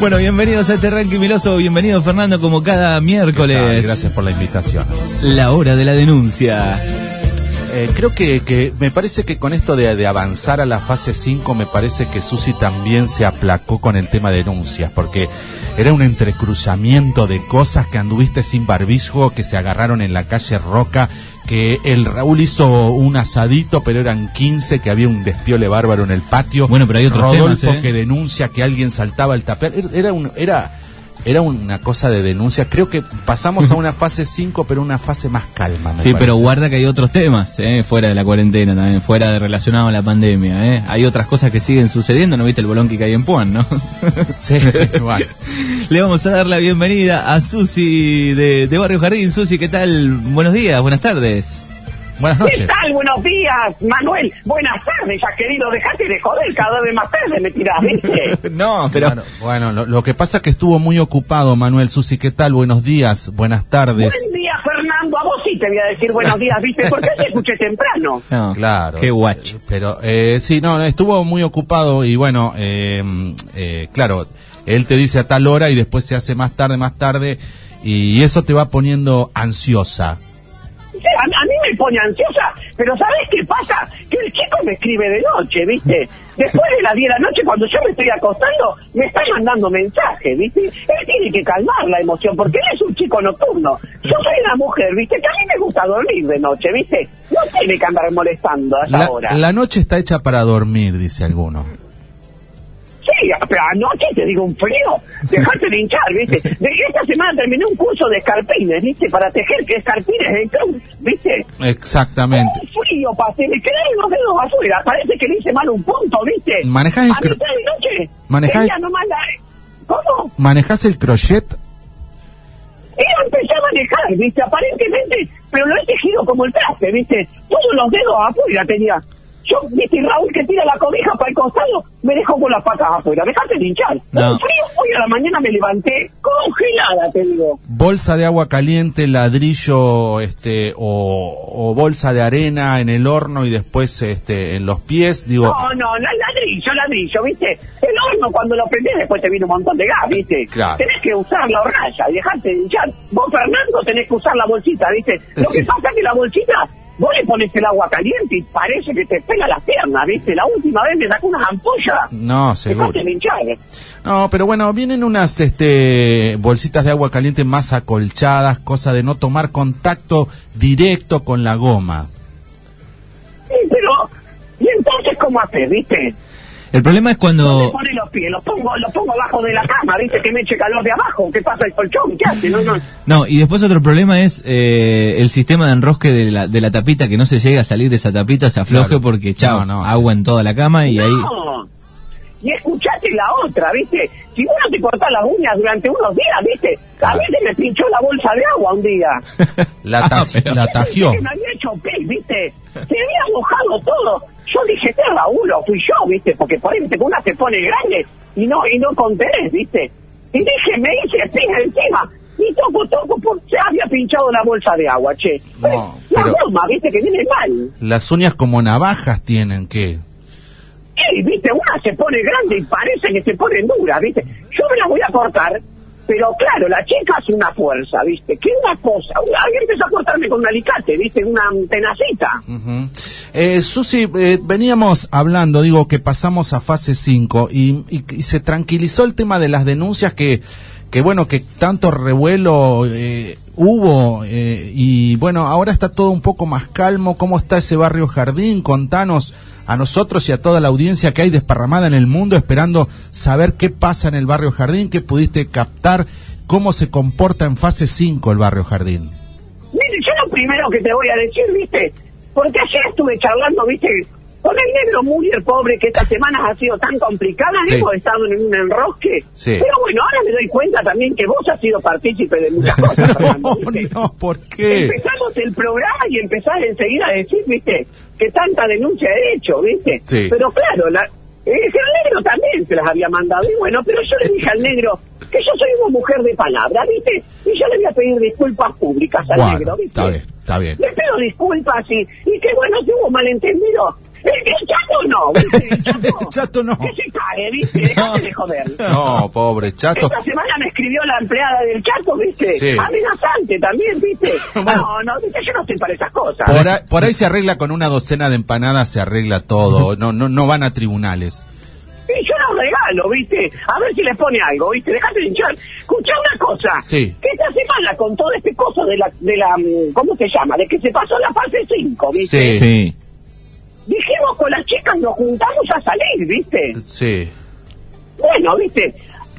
Bueno, bienvenidos a este ranking miloso, bienvenido Fernando como cada miércoles. Ay, gracias por la invitación. La hora de la denuncia. Eh, creo que, que me parece que con esto de, de avanzar a la fase 5, me parece que Susi también se aplacó con el tema de denuncias, porque era un entrecruzamiento de cosas que anduviste sin barbijo, que se agarraron en la calle Roca, que el Raúl hizo un asadito, pero eran 15, que había un despiole bárbaro en el patio. Bueno, pero hay otros Rodolfo temas, ¿eh? que denuncia que alguien saltaba el taper. Era- Era un, era, era una cosa de denuncia. Creo que pasamos a una fase 5, pero una fase más calma. me Sí, pero parece. guarda que hay otros temas, ¿eh? fuera de la cuarentena también, fuera de relacionado a la pandemia. ¿eh? Hay otras cosas que siguen sucediendo, ¿no viste el bolón que cae en Puan, no? Sí, bueno. Le vamos a dar la bienvenida a Susi de, de Barrio Jardín. Susi, ¿qué tal? Buenos días, buenas tardes. Buenas ¿Qué noches. tal? Buenos días, Manuel. Buenas tardes, ya querido. Dejate de joder, cada vez más tarde me tirás, ¿viste? No, pero... Bueno, bueno, lo, lo que pasa es que estuvo muy ocupado Manuel Susi. ¿Qué tal? Buenos días, buenas tardes. Buen día, Fernando. A vos sí te voy a decir buenos días, ¿viste? Porque te escuché temprano. No, Claro. Qué guacho. Eh, Pero eh, sí, no, no, estuvo muy ocupado y bueno, eh, eh, claro, él te dice a tal hora y después se hace más tarde, más tarde y eso te va poniendo ansiosa. Sí, a, a mí me pone ansiosa, pero ¿sabés qué pasa? Que el chico me escribe de noche, ¿viste? Después de las 10 de la noche, cuando yo me estoy acostando, me está mandando mensajes, ¿viste? Él tiene que calmar la emoción, porque él es un chico nocturno. Yo soy una mujer, ¿viste? Que a mí me gusta dormir de noche, ¿viste? No tiene que andar molestando a esa La, hora. la noche está hecha para dormir, dice alguno. Sí, pero anoche te digo un frío. Dejate de hinchar, ¿viste? De, esta semana terminé un curso de escarpines, ¿viste? Para tejer, que escarpines del club, ¿viste? Exactamente. Un frío, pasé, me quedé los dedos afuera. Parece que le hice mal un punto, ¿viste? Manejás el A cro- mitad de noche. manejás- tenía nomás la- ¿Cómo? ¿Manejas el crochet? Él empecé a manejar, ¿viste? Aparentemente, pero lo he tejido como el traste, ¿viste? Todos los dedos afuera tenía. Yo, ¿viste? Y Raúl que tira la cobija para el costado, me dejó con las patas afuera. Dejate de hinchar. No. Un frío, hoy a la mañana me levanté congelada, te digo. Bolsa de agua caliente, ladrillo este o, o bolsa de arena en el horno y después este en los pies, digo, No, no, no, ladrillo, ladrillo, ¿viste? El horno cuando lo prendés después te viene un montón de gas, ¿viste? Claro. Tenés que usar la hornalla, dejarte de hinchar. Vos, Fernando, tenés que usar la bolsita, ¿viste? Lo Sí. que pasa es que la bolsita, vos le pones el agua caliente y parece que te pela las piernas, ¿viste? La última vez me sacó unas ampollas. no, seguro. Dejate de hinchar. No, pero bueno, vienen unas este, bolsitas de agua caliente más acolchadas, cosa de no tomar contacto directo con la goma. Sí, pero... ¿Y entonces cómo haces, viste? El problema es Me cuando... pone los pies, los pongo, los pongo abajo de la cama, viste que me eche calor de abajo, ¿qué pasa el colchón? ¿Qué hace? No, no. No, y después otro problema es eh, el sistema de enrosque de la, de la tapita, que no se llega a salir de esa tapita, se afloje Claro. porque, chao, No, no, agua en toda la cama y ahí... No. Y escuchate la otra, ¿viste? Si uno te corta las uñas durante unos días, ¿viste? A Claro. veces me pinchó la bolsa de agua un día. La, Ah, ta- pero- la tajió. Que me había hecho pis, ¿viste? Se había mojado todo. Yo dije, te Raúl, fui yo, ¿viste? Porque por ahí ¿viste? una se pone grande y no y no contenés, ¿viste? Y dije, me hice pis encima. Y toco, toco, por... se había pinchado la bolsa de agua, che. No, la pero- goma, ¿viste? Que viene mal. Las uñas como navajas tienen que. Ey, viste, una se pone grande y parece que se pone dura, viste. Yo me la voy a cortar, pero claro, la chica hace una fuerza, viste. Que una cosa, alguien empezó a cortarme con un alicate, viste, una tenacita. Ujú. Eh, Susi, eh, veníamos hablando, digo, que pasamos a fase 5 y, y- y se tranquilizó el tema de las denuncias que, que bueno, que tanto revuelo eh, hubo eh, y bueno, ahora está todo un poco más calmo. ¿Cómo está ese barrio jardín? Contanos a nosotros y a toda la audiencia que hay desparramada en el mundo esperando saber qué pasa en el barrio jardín, qué pudiste captar, cómo se comporta en fase 5 el barrio jardín. Mire, yo lo primero que te voy a decir, viste, porque ayer estuve charlando, viste, con el negro Muriel pobre, que estas semanas ha sido tan complicada, Sí. hemos estado en un enrosque. Sí. Pero bueno, ahora me doy cuenta también que vos has sido partícipe de muchas cosas. Fernando, ¿viste? no, ¿por qué? Empezamos el programa y empezás enseguida a decir, viste, que tanta denuncia he hecho, viste. Sí. Pero claro, la, eh, el negro también se las había mandado. Y bueno, pero yo le dije al negro que yo soy una mujer de palabra, viste. Y yo le voy a pedir disculpas públicas al Bueno, negro, viste. está bien, está bien. Le pido disculpas y, y que bueno, que hubo malentendido El, el chato no, ¿viste? El chato, El chato no. Que se cae, ¿viste? Dejate de joder. No, pobre chato. Esta semana me escribió la empleada del chato, ¿viste? Sí. Amenazante también, ¿viste? No, no, ¿viste? yo no estoy para esas cosas. Por ahí, por ahí se arregla con una docena de empanadas, se arregla todo. No, no, no van a tribunales. Y yo los regalo, ¿viste? A ver si les pone algo, ¿viste? Dejate de hinchar. Escuchá una cosa. Sí. Que esta semana con todo este coso de la, de la, mm, ¿cómo se llama? De que se pasó la fase 5, ¿viste? Sí. Sí. Dijimos con las chicas nos juntamos a salir, ¿viste? Sí. Bueno, ¿viste?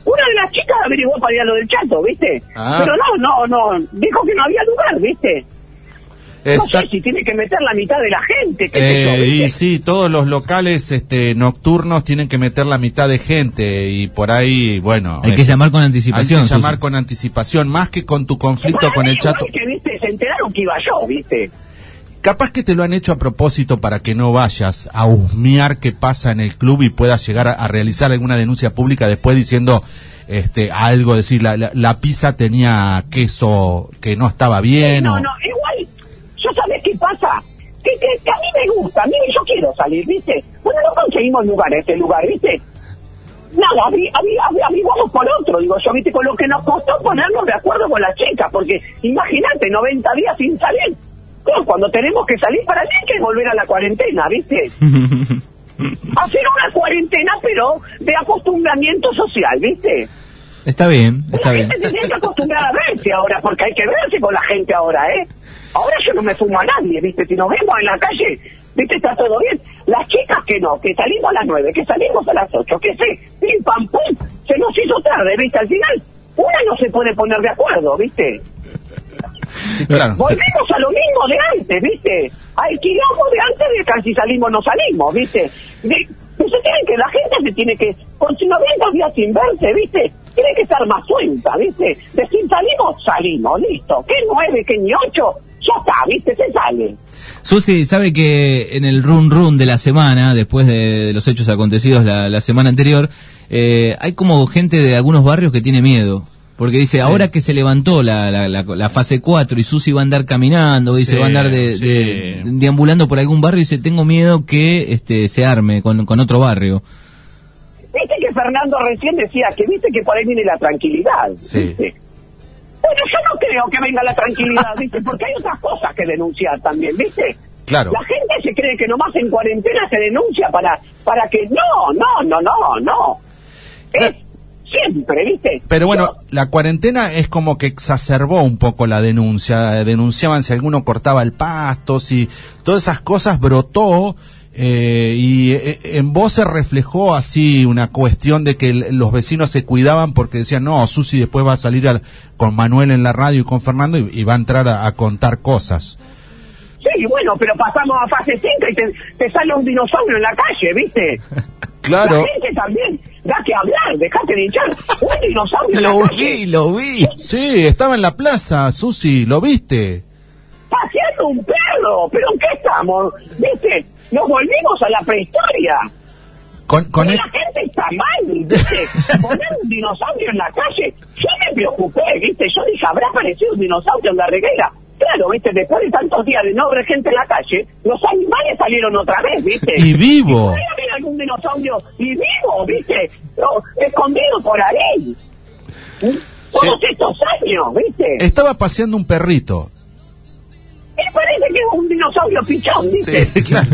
Una de las chicas averiguó para ir a lo del chato, ¿viste? Ah. Pero no, no, no. Dijo que no había lugar, ¿viste? No sé Exacto. si tiene que meter la mitad de la gente. ¿qué sé yo, Eh, ¿viste? y sí, todos los locales este, nocturnos tienen que meter la mitad de gente y por ahí, bueno, Hay que eh, llamar con hay anticipación. que llamar Susi. con anticipación, más que con tu conflicto Para con mí, el igual chato. Que, ¿viste? Se enteraron que iba yo, ¿viste? Capaz que te lo han hecho a propósito para que no vayas a husmear qué pasa en el club y puedas llegar a, a realizar alguna denuncia pública después diciendo este algo, decir la, la, la pizza tenía queso que no estaba bien. Eh, No, o- no, igual, yo sabés qué pasa, que, que- que a mí me gusta, a mí yo quiero salir, ¿viste? Bueno, no conseguimos lugar en este lugar, ¿viste? Nada, abri- abri- abri- averiguamos por otro, digo yo, ¿viste? Con lo que nos costó ponernos de acuerdo con la chica, porque imagínate, 90 días sin salir. Claro, cuando tenemos que salir, para mí hay que volver a la cuarentena, ¿viste? Hacer una cuarentena, pero de acostumbramiento social, ¿viste? Está bien, está la bien. gente se tiene que acostumbrar a verse ahora, porque hay que verse con la gente ahora, ¿eh? Ahora yo no me fumo a nadie, ¿viste? Si nos vemos en la calle, ¿viste? Está todo bien. Las chicas que no, que salimos a las nueve, que salimos a las ocho, que sé, pim, pam, pum, se nos hizo tarde, ¿viste? Al final, una no se puede poner de acuerdo, ¿viste? Sí, claro. Volvemos a lo mismo de antes, ¿viste? Al quilombo de antes de que si salimos no salimos, ¿viste? De- pues se tienen que, la gente se tiene que, con 90 días sin verse, ¿viste? Tiene que estar más suelta, ¿viste? De si salimos, salimos, listo. Que nueve, que ni ocho, ya está, ¿viste? Se sale. Susi, sabe que en el run run de la semana, después de los hechos acontecidos la, la semana anterior, eh, hay como gente de algunos barrios que tiene miedo. Porque dice, ahora que se levantó la, la, la- la fase 4 y Susi va a andar caminando, dice, Sí, va a andar de, sí. de- deambulando por algún barrio, dice, tengo miedo que este, se arme con, con otro barrio. Viste que Fernando recién decía que, viste que por ahí viene la tranquilidad, Sí. ¿viste? Bueno, yo no creo que venga la tranquilidad, ¿viste? Porque hay otras cosas que denunciar también, ¿viste? Claro. La gente se cree que nomás en cuarentena se denuncia para para que no, no, no, no, no. Es siempre, ¿viste? Pero bueno, la cuarentena es como que exacerbó un poco la denuncia. Denunciaban si alguno cortaba el pasto, si todas esas cosas brotó. eh, y eh, en vos se reflejó así una cuestión de que el- los vecinos se cuidaban porque decían, no, Susi después va a salir al- con Manuel en la radio y con Fernando y, y va a entrar a, a contar cosas. Sí, bueno, pero pasamos a fase 5 y te, te sale un dinosaurio en la calle, ¿viste? Claro. La gente también da que hablar, dejate de hinchar. Un dinosaurio en la calle, lo vi. Sí, estaba en la plaza, Susi, ¿lo viste? paseando un perro. ¿Pero en qué estamos? ¿Viste? Nos volvimos a la prehistoria. Con, con e- Pero el- la gente está mal, ¿viste? Poner un dinosaurio en la calle, yo me preocupé, ¿viste? Yo dije, ¿habrá aparecido un dinosaurio en la reguera? Claro, ¿viste? Después de tantos días de no haber gente en la calle, los animales salieron otra vez, ¿viste? Y vivo. Podría haber algún dinosaurio y vivo, ¿viste? No, escondido por ahí. Todos estos años, ¿viste? Estaba paseando un perrito. Me parece que es un dinosaurio pichón, ¿viste? claro.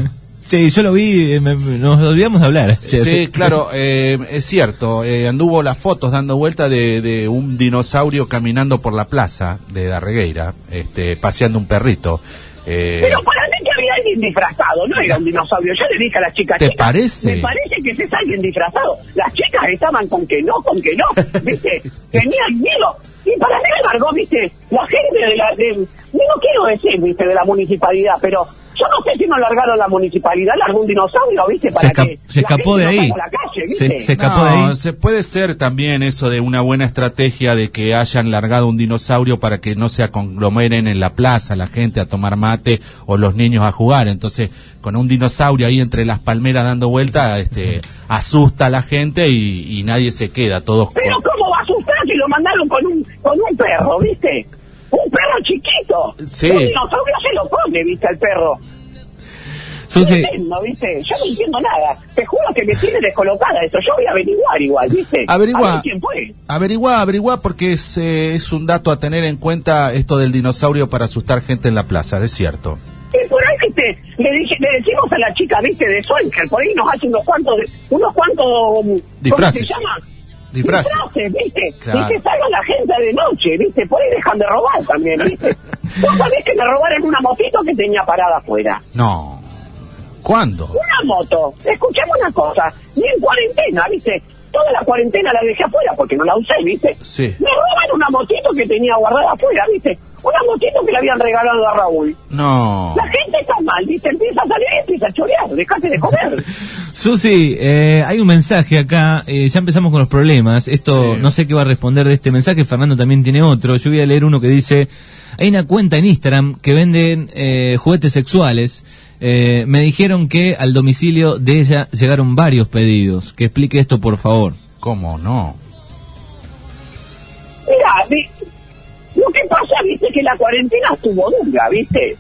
Sí, yo lo vi, eh, me- me- nos olvidamos de hablar. ayer. Este, Sí, claro, eh, es cierto. eh, anduvo las fotos dando vuelta de, de un dinosaurio caminando por la plaza de Darregueira, este, paseando un perrito. Eh, Pero para mí que había alguien disfrazado, no era un dinosaurio. Yo le dije a las chicas, ¿Te chicas, parece? Me parece que ese es alguien disfrazado. Las chicas estaban con que no, con que no, ¿viste? Tenían miedo. Y para mí, embargo, ¿viste? La gente de la... de- no quiero decir, ¿viste? De la municipalidad, pero... Yo no sé si no largaron la municipalidad, largó un dinosaurio, ¿viste? se, Para esca- que se la escapó de gente no ahí. salga a la calle, se, ¿viste? se escapó de no, ahí. se puede ser también eso de una buena estrategia de que hayan largado un dinosaurio para que no se conglomeren en la plaza la gente a tomar mate o los niños a jugar. Entonces, con un dinosaurio ahí entre las palmeras dando vuelta, este, asusta a la gente y, y nadie se queda, todos Pero co- ¿cómo va a asustar si lo mandaron con un, con un perro, viste? Un perro chiquito. Sí. Un dinosaurio se lo pone, viste, al perro. Susi, Tremendo, ¿viste? Yo no entiendo nada. Te juro que me tiene descolocada esto. Yo voy a averiguar igual, ¿viste? A Averigua, ver quién fue. averigua, averigua porque es, eh, es un dato a tener en cuenta esto del dinosaurio para asustar gente en la plaza, es cierto. Y Eh, por ahí, ¿viste? Le, dije, le decimos a la chica, ¿viste? De Solker, por ahí nos hace unos cuantos, unos cuantos... ¿cómo Disfraces. se llama? Disfraces. ¿viste? Claro. Y que salga la gente de noche, ¿viste? Por ahí dejan de robar también, ¿viste? Vos sabés que me robaron una motito que tenía parada afuera. No. ¿Cuándo? Una moto. Escuchame una cosa. Y en cuarentena, ¿viste? Toda la cuarentena la dejé afuera porque no la usé, ¿viste? Sí. Me roban una motito que tenía guardada afuera, ¿viste? Una motito que le habían regalado a Raúl. No. La gente está mal, ¿viste? Empieza a salir, empieza a chorear. Dejate de comer. Susi, eh, hay un mensaje acá, eh, ya empezamos con los problemas, esto Sí. no sé qué va a responder de este mensaje, Fernando también tiene otro, yo voy a leer uno que dice, hay una cuenta en Instagram que venden eh, juguetes sexuales, Eh, me dijeron que al domicilio de ella llegaron varios pedidos, que explique esto por favor. ¿Cómo no? Mira, vi- lo que pasa, ¿viste? Que la cuarentena estuvo dura, ¿viste?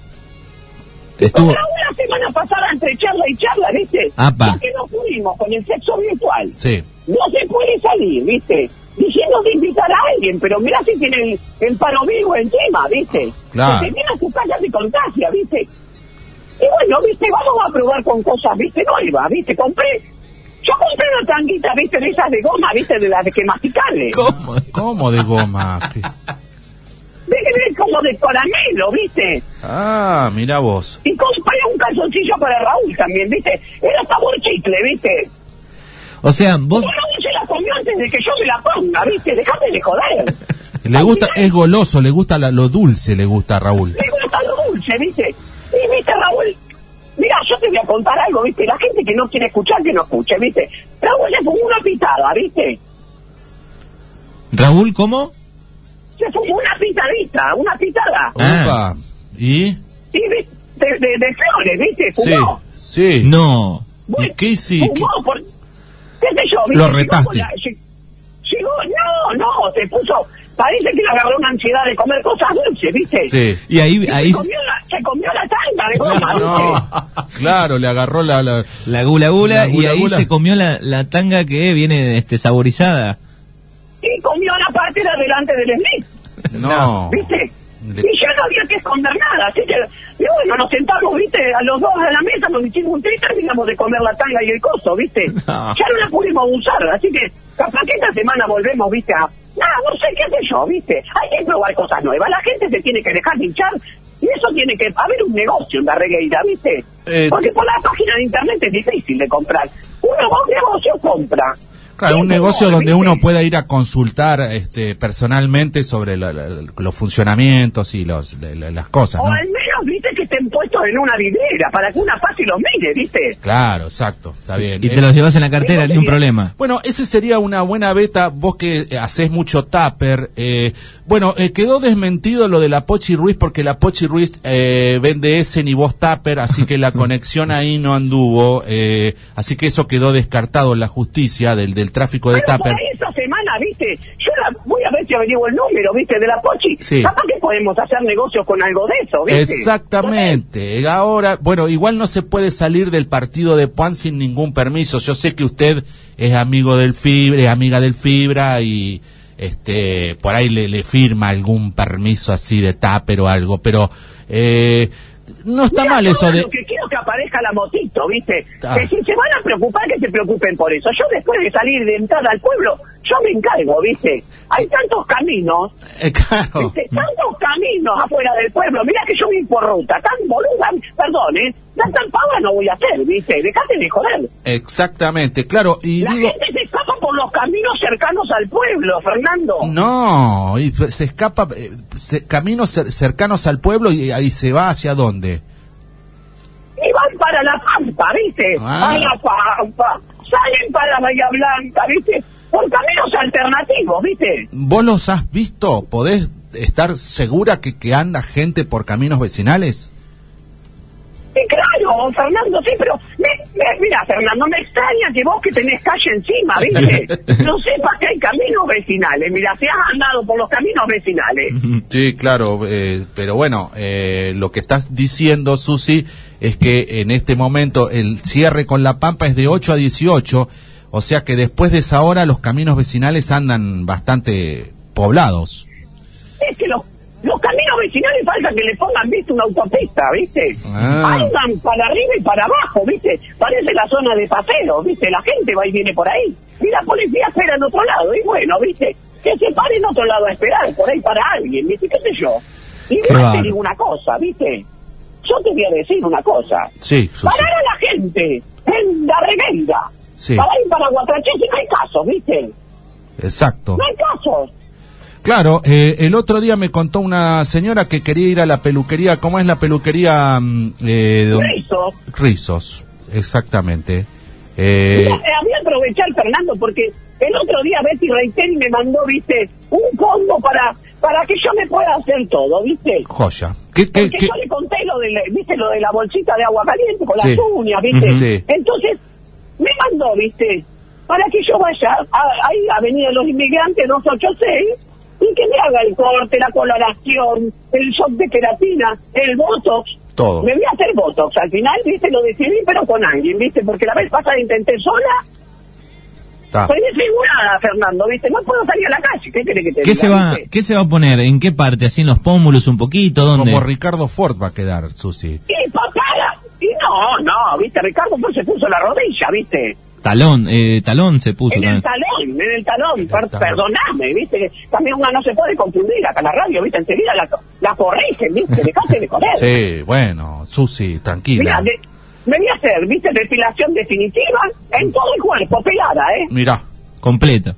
Estuvo... Pero la semana pasada entre charla y charla, ¿viste? Apa. Ya que nos fuimos con el sexo virtual. Sí. no se puede salir, ¿viste? Diciendo de invitar a alguien, pero mirá si tiene el, el paro vivo encima, ¿viste? Claro. Que se viene a su casa y se contagia, ¿viste? Y bueno, ¿viste? Vamos a probar con cosas, ¿viste? Nuevas, ¿viste? Compré... Yo compré una tanguita, ¿viste? De esas de goma, ¿viste? De las de que masticale. ¿Cómo? ¿Cómo de goma? Pi- De, de- como de caramelo, ¿viste? Ah, mira vos. Y compré un calzoncillo para Raúl también, ¿viste? Era sabor chicle, ¿viste? O sea, vos... Pero Raúl se la comió antes de que yo me la ponga, ¿viste? Dejate de joder. Le gusta, es goloso, le gusta la- lo dulce, le gusta a Raúl. le gusta lo dulce, ¿viste? Y viste, Raúl, mira, yo te voy a contar algo, ¿viste? La gente que no quiere escuchar, que no escuche, ¿viste? Raúl se fumó una pitada, ¿viste? Raúl, ¿cómo? Se fumó una pitadita, una pitada. Ah. Upa. ¿Y? Y vi- de, de- de flores, ¿viste? Sí, Fumó. sí. No. Bueno, ¿Y qué hiciste? Fumó por... ¿Qué sé yo? Lo ¿viste? Llegó con retaste. la- lle- Llegó, no, no, se puso... Parece que le agarró una ansiedad de comer cosas dulces, ¿viste? Sí. Y ahí... Y ahí... Se, comió la, se comió la tanga de goma, ¿viste? No, claro, le agarró la... la- La gula gula, La gula y ahí gula. se comió la, la tanga que viene este, saborizada. y comió la parte de adelante del Smith, No. ¿viste? Le- Y ya no había que esconder nada, así que, y bueno, nos sentamos, ¿viste? A los dos a la mesa, nos hicimos un té y terminamos de comer la tanga y el coso, ¿viste? No. Ya no la pudimos usar, así que capaz que esta semana volvemos, ¿viste? A, nada, no sé qué sé yo, ¿viste? Hay que probar cosas nuevas, la gente se tiene que dejar de hinchar y eso tiene que haber un negocio en la regueira, ¿viste? Eh, Porque por la página de internet es difícil de comprar. Uno va a un negocio, compra. Claro, un Tiene negocio humor, donde ¿viste? uno pueda ir a consultar este, personalmente sobre la- la- la- los funcionamientos y los, la- la- las cosas, O ¿no? al menos, viste, que estén puestos en una vidriera para que una pase y los mire, viste. Claro, exacto, está bien. Y Eh, te los llevas en la cartera, ni un problema. Bueno, ese sería una buena beta, vos que eh, hacés mucho tupper. eh, bueno, eh, quedó desmentido lo de la Pochi Ruiz porque la Pochi Ruiz eh, vende Essen y vos tupper, así que la conexión ahí no anduvo. eh, así que eso quedó descartado en la justicia del, del tráfico de Pero por tupper. ahí esta semana, viste, yo la voy a ver si averiguo el número, viste, de la Pochi. Sí. Capaz que podemos hacer negocios con algo de eso, viste. Exactamente. Ahora, bueno, igual no se puede salir del partido de Puan sin ningún permiso. Yo sé que usted es amigo del Fibra, es amiga del Fibra y este por ahí le, le firma algún permiso así de tupper o algo, pero eh, no está Mira, mal yo eso ahora de Lo que quiero es que aparezca la motito, viste. Ah. Que si se van a preocupar, que se preocupen por eso. Yo después de salir de entrada al pueblo, yo me encargo, viste. Hay tantos caminos, Eh, claro. viste, Este, tantos caminos afuera del pueblo. Mirá que yo voy por ruta, tan boluda, perdón, eh. Tan tan pava no voy a hacer, viste. Dejate de joder. Exactamente, claro, y La digo gente se escapa por los caminos cercanos al pueblo, Fernando. no, y f- se escapa eh, se- caminos cer- cercanos al pueblo y ahí se va hacia dónde? Y van para la Pampa, ¿viste? Ah. A la Pampa. Salen para Bahía Blanca, ¿viste? Por caminos alternativos, ¿viste? ¿Vos los has visto? ¿Podés estar segura que, que anda gente por caminos vecinales? Y claro, Fernando, sí, pero me- me- mira, Fernando, me extraña que vos que tenés calle encima, ¿viste? No sepas que hay caminos vecinales. Mira, si has andado por los caminos Mm, vecinales. Sí, claro, eh, pero bueno, eh, lo que estás diciendo, Susi, es que en este momento el cierre con La Pampa es de 8 a 18, o sea que después de esa hora los caminos vecinales andan bastante poblados. Es que los, los caminos vecinales falta que le pongan, viste, una autopista, viste. Ah. Andan para arriba y para abajo, viste. Parece la zona de paseo, viste. La gente va y viene por ahí. Y la policía espera en otro lado, y bueno, viste. Que se pare en otro lado a esperar, por ahí para alguien, viste, qué sé yo. Y Qué voy a bárbaro. decir una cosa, viste. Yo te voy a decir una cosa. Sí, Susi. Parar a la gente en la revenga. Sí. Para ir para Guatracheche no hay casos, viste. Exacto. No hay casos. Claro, eh, el otro día me contó una señora que quería ir a la peluquería. ¿Cómo es la peluquería? mm, eh, don- Rizos. Rizos, exactamente. Eh, Mira, eh, había aprovechar, Fernando, porque el otro día Betty Reiteri me mandó, viste, un combo para para que yo me pueda hacer todo, viste. joya. ¿Qué, qué, Porque qué? yo le conté lo de, la, viste, lo de la bolsita de agua caliente con Sí. las uñas, viste. Ujú. Sí. Entonces, me mandó, viste, para que yo vaya a- ahí, Avenida Los Inmigrantes 286, y que me haga el corte, la coloración, el shot de queratina, el botox. Todo. Me voy a hacer botox. Al final, viste, lo decidí, pero con alguien, viste, porque la vez pasada intenté sola Está. Soy desfigurada, Fernando, ¿viste? No puedo salir a la calle. ¿Qué querés que te ¿Qué diga, se, va, viste? ¿Qué se va a poner? ¿En qué parte? ¿Así en los pómulos un poquito? ¿Dónde? Como Ricardo Ford va a quedar, Susi. Y papada. Y no, no, ¿viste? Ricardo pues se puso la rodilla, ¿viste? Talón, eh, talón se puso En el también. talón, en el talón. Per- talón. perdoname, ¿viste? Que También una no se puede confundir acá en la radio, ¿viste? Enseguida la, la corrigen, ¿viste? Dejate de joder. Sí, bueno, Susi, Mirá, tranquila. de- me voy a hacer, ¿viste? Depilación definitiva en todo el cuerpo, pelada, ¿eh? Mirá, Completo.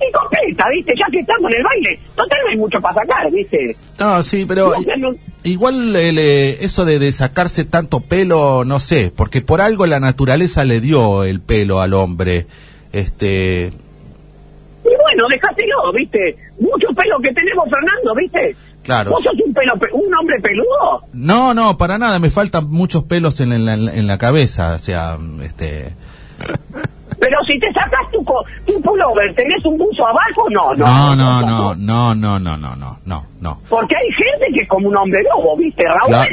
Y completa, ¿viste? Ya que estamos en el baile, total no hay mucho para sacar, ¿viste? No, sí, pero No, no, no. igual el, eh, eso de, de sacarse tanto pelo, no sé, porque por algo la naturaleza le dio el pelo al hombre. Este, Y bueno, dejátelo, ¿viste? Mucho pelo que tenemos, Fernando, ¿viste? Claro. ¿Vos sos un, pelo, pe- un hombre peludo? no, no, para nada, me faltan muchos pelos en, la- en la, en la cabeza, o sea, este, Pero si te sacas tu, co- tu pullover, ¿tenés un buzo abajo? No, no, no. no, no, no, no, no, no, no, no, no. Porque hay gente que es como un hombre lobo, ¿viste, Raúl? Claro.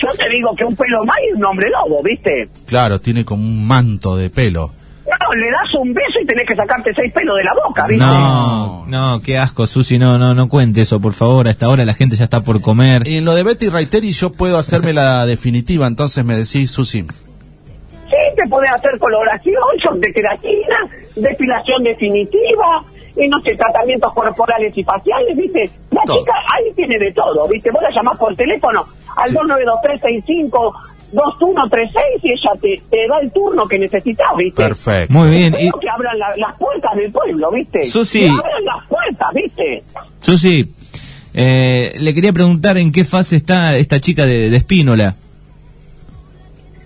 Yo te digo que un pelo más es un hombre lobo, ¿viste? Claro, tiene como un manto de pelo. No, le das un beso y tenés que sacarte seis pelos de la boca, Ah, ¿viste? No, no, qué asco, Susi, no, no, no cuente eso, por favor. A esta hora la gente ya está por comer. En lo de Betty Reiteri yo puedo hacerme la definitiva, entonces me decís, Susi. Sí, te podés hacer coloración, son de queratina, depilación definitiva, y no sé, tratamientos corporales y faciales, ¿viste? La Todo. chica ahí tiene de todo, ¿viste? Vos la llamás por teléfono al Sí. 292365 2136 y ella te, te da el turno que necesitas, ¿viste? Perfecto. Muy bien. Y, Espero que abran la- las puertas del pueblo, ¿viste? Susi. Que abran las puertas, ¿viste? Susi, eh, le quería preguntar en qué fase está esta chica de, de Espínola.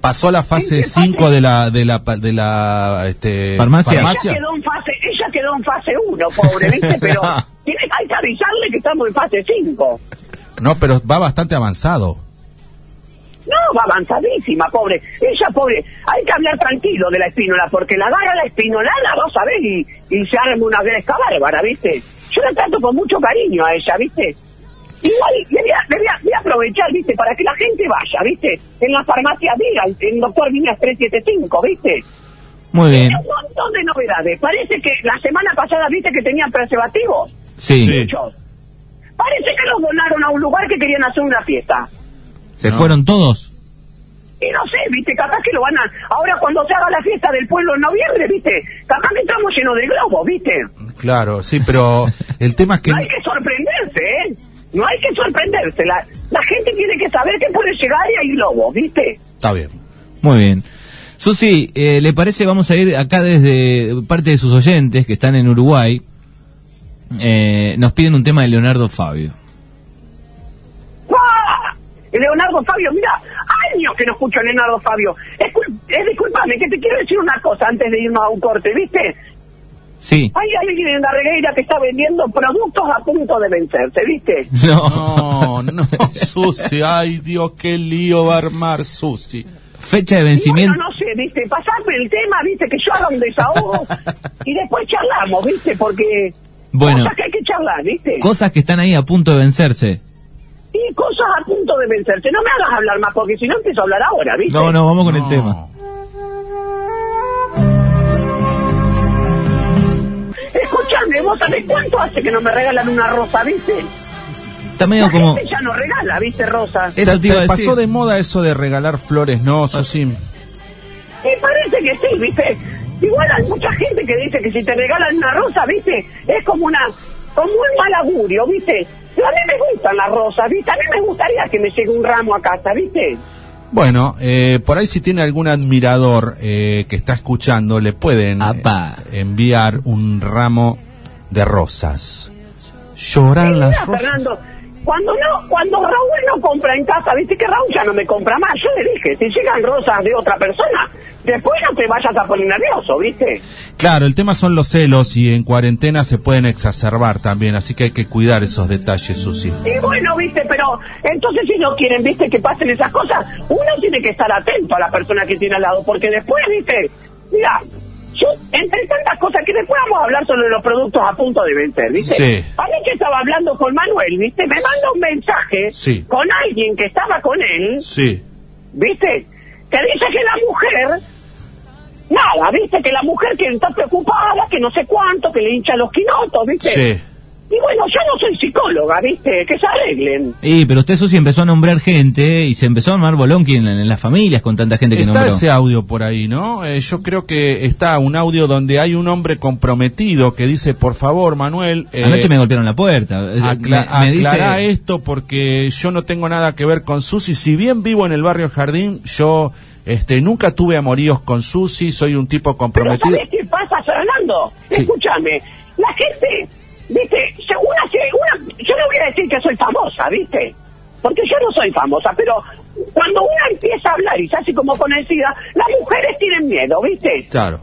Pasó a la fase ¿En qué fase? 5 de la de la pa- de la este, Farmacia. Ella quedó en fase, ella quedó en fase 1, pobre, ¿viste? Pero tiene, hay que avisarle que estamos en fase 5. No, pero va bastante avanzado. No, va avanzadísima, pobre. Ella, pobre, hay que hablar tranquilo de la espínola, porque la daga la espinolada, vos sabés, y, y se arma una gresca bárbara, ¿viste? Yo la trato con mucho cariño a ella, ¿viste? Igual, le voy a, le voy a- voy a aprovechar, ¿viste? Para que la gente vaya, ¿viste? En la farmacia Vila, en Doctor Viñas 375, ¿viste? Muy bien. Tiene un montón de novedades. Parece que la semana pasada, ¿viste? Que tenían preservativos. Sí, Muchos. Parece que los donaron a un lugar que querían hacer una fiesta. se No. fueron todos. Y no sé, viste, capaz que lo van a... Ahora cuando se haga la fiesta del pueblo en noviembre, viste, capaz que estamos llenos de globos, viste. Claro, sí, pero el tema es que No hay que sorprenderse, ¿eh? No hay que sorprenderse. La, la gente tiene que saber que puede llegar y hay globos, viste. está bien. Muy bien. Susi, eh, ¿le parece? Vamos a ir acá desde parte de sus oyentes que están en Uruguay. Eh, nos piden un tema de Leonardo Fabio. ¡Ah! Leonardo Fabio, mira, años que no escucho a Leonardo Fabio. Es, disculpame, que te quiero decir una cosa antes de irnos a un corte, viste. Sí. Hay alguien en la regueira que está vendiendo productos a punto de vencerse, viste. No. No, no, Susi, ay Dios, qué lío va a armar Susi. Fecha de Bueno, vencimiento. no sé, viste, pasarme el tema, viste, que yo haga un desahogo y después charlamos, viste, porque Bueno. cosas que hay que charlar, viste. Cosas que están ahí a punto de vencerse. y cosas a punto de vencerse. No me hagas hablar más porque si no empiezo a hablar ahora, ¿viste? No, no, vamos con el tema. Escuchame, vos sabés cuánto hace que no me regalan una rosa, ¿viste? Está La medio como. gente ya no regala, ¿viste, rosas? Eso te iba a decir. pasó de moda eso de regalar flores, no, Susi. Me parece que sí, ¿viste? Igual hay mucha gente que dice que si te regalan una rosa, ¿viste? Es como una como un mal augurio, ¿viste? Pero a mí me gustan las rosas, ¿viste? A mí me gustaría que me llegue un ramo a casa, ¿viste? Bueno, eh, por ahí si tiene algún admirador eh, que está escuchando, le pueden eh, Apa. enviar un ramo de rosas. Lloran Mira, Ah, las rosas. Fernando, cuando no, cuando Raúl no compra en casa, viste que Raúl ya no me compra más, yo le dije, si llegan rosas de otra persona, después no te vayas a poner nervioso, viste. Claro, el tema son los celos y en cuarentena se pueden exacerbar también, así que hay que cuidar esos detalles, Susi. Y bueno, viste, pero entonces si no quieren, viste, que pasen esas cosas, uno tiene que estar atento a la persona que tiene al lado, porque después, viste, mira, yo, entre tantas cosas que después vamos a hablar sobre los productos a punto de vencer, viste. Sí. A mí que estaba hablando con Manuel, viste, me manda un mensaje Sí. con alguien que estaba con él, Sí. ¿viste? Que dice que la mujer, nada, ¿viste? Que la mujer que está preocupada, que no sé cuánto, que le hincha los quinotos, ¿viste? Sí. Y bueno, yo no soy psicóloga, ¿viste? Que se arreglen. Y, pero usted, Susi, empezó a nombrar gente y se empezó a armar bolonqui en, en las familias con tanta gente que Está nombró. ese audio por ahí, ¿no? Eh, yo creo que está un audio donde hay un hombre comprometido que dice, por favor, Manuel, eh, Anoche me golpearon la puerta. Eh, acla- me, me aclará dice, esto porque yo no tengo nada que ver con Susi. Si bien vivo en el barrio Jardín, yo este, nunca tuve amoríos con Susi, soy un tipo Pero comprometido. ¿sabes qué pasa, Fernando? Sí. Escúchame, la gente, ¿viste? Se- Una, se- una, yo no voy a decir que soy famosa, ¿viste? Porque yo no soy famosa, pero cuando una empieza a hablar y se hace como con el SIDA, las mujeres tienen miedo, ¿viste? Claro.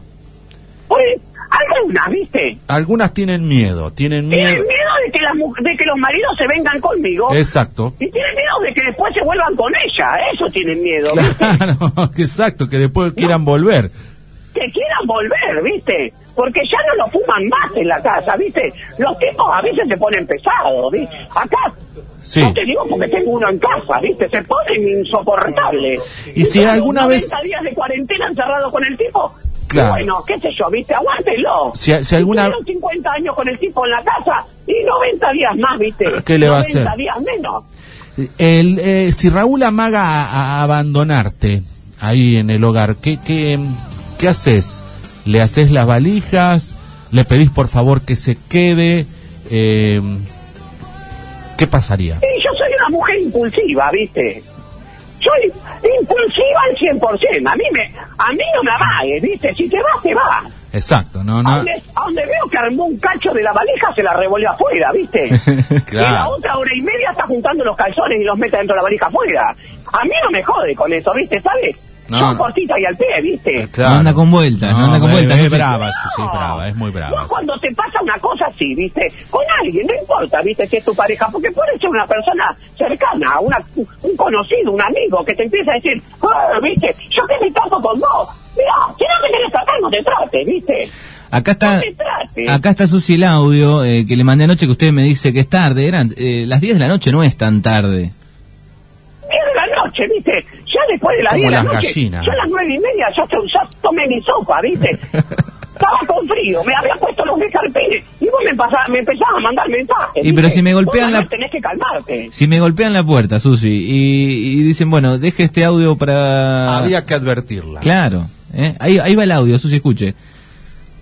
Pues, algunas, ¿viste? Algunas tienen miedo, tienen Tienen miedo. miedo de que, las mu- de que los maridos se vengan conmigo. Exacto. Y tienen miedo de que después se vuelvan con ella. Eso tienen miedo. ¿viste? Claro, exacto, que después quieran volver. Que quieran volver, ¿viste? Porque ya no lo fuman más en la casa, ¿viste? Los tipos a veces se ponen pesados, ¿viste? Acá. Sí. No te digo porque tengo uno en casa, ¿viste? Se ponen insoportables. Y si Entonces, alguna vez- 90 días de cuarentena encerrado con el tipo. Claro. Bueno, qué sé yo, ¿viste? Aguántelo. Si- si alguna- Tuvieron 50 años con el tipo en la casa y 90 días más, ¿viste? ¿Qué le va a hacer? 90 días menos. El, eh, si Raúl amaga a, a abandonarte ahí en el hogar, ¿qué, qué, qué haces? ¿Le haces las valijas? ¿Le pedís por favor que se quede? Eh, ¿Qué pasaría? Y yo soy una mujer impulsiva, ¿viste? Soy impulsiva al 100%. A mí, me, a mí no me amagues, ¿viste? Si te vas, te vas. Exacto, no, A, no. donde, a donde veo que armó un cacho de la valija, se la revolvió afuera, ¿viste? Claro. Y la otra hora y media está juntando los calzones y los mete dentro de la valija afuera. A mí no me jode con eso, ¿viste? ¿Sabes? No, Son no. cortitas y al pie, ¿viste? No anda con vueltas, no anda con es- vueltas, Es, no sé. brava, Susi, es No. brava, es muy brava. No, cuando te pasa una cosa así, ¿viste? Con alguien, no importa, ¿viste? Si es tu pareja, porque puede ser una persona cercana, una, un conocido, un amigo, que te empieza a decir, "Ah, ¿viste? Yo que me tapo con vos. Mirá, si no me querés tratar, no te trates, ¿viste? Acá No está, te trates. acá está Susi el audio eh, que le mandé anoche que usted me dice que es tarde. Eran eh, las 10 de la noche, no es tan tarde. Diez de la noche, ¿viste? Ya después de la Como diez de la las noche, gallinas. yo a las nueve y media ya, to- ya tomé mi sopa, ¿viste? Estaba con frío, me había puesto los escarpines y vos me, pasás- me empezabas a mandar mensajes. Y pero ¿viste? si me golpean Vos, la- Manuel, Tenés que calmarte. Si me golpean la puerta, Susi, y, y dicen, bueno, deje este audio para... Había que advertirla. Ah. Claro, ¿eh? ahí, ahí va el audio, Susi, escuche.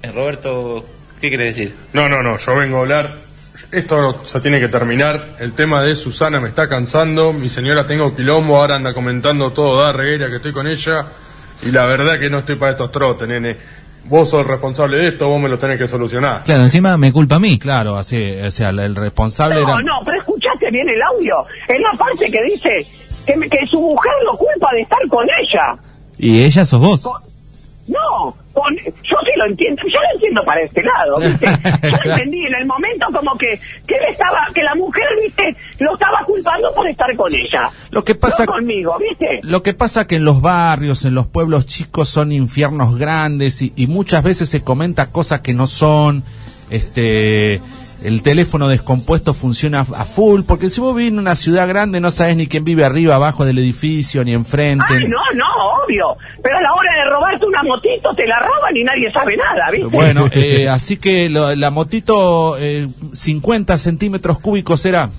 Eh, Roberto, ¿qué quiere decir? No, no, no, yo vengo a hablar. Esto se tiene que terminar. El tema de Susana me está cansando. Mi señora tengo quilombo, ahora anda comentando todo, da reguera que estoy con ella. Y la verdad que no estoy para estos trotes, nene. Vos sos el responsable de esto, vos me lo tenés que solucionar. Claro, encima me culpa a mí. Claro, así, o sea, el responsable No, era... no, pero escuchaste bien el audio. Es la parte que dice que, me- que su mujer lo culpa de estar con ella. Y ella sos vos. Con- no, con, yo sí lo entiendo, yo lo entiendo para este lado, ¿viste? Yo entendí en el momento como que, que él estaba, que la mujer, ¿viste? Lo estaba culpando por estar con ella. Lo que pasa- No conmigo, ¿viste? Lo que pasa que en los barrios, en los pueblos chicos son infiernos grandes y, y muchas veces se comenta cosas que no son, este, el teléfono descompuesto funciona a full, porque si vos vivís en una ciudad grande no sabes ni quién vive arriba, abajo del edificio, ni enfrente. Ay, no, no, obvio. Pero a la hora de robarte una motito te la roban y nadie sabe nada, ¿viste? Bueno, eh, así que lo- la motito eh, 50 centímetros cúbicos era...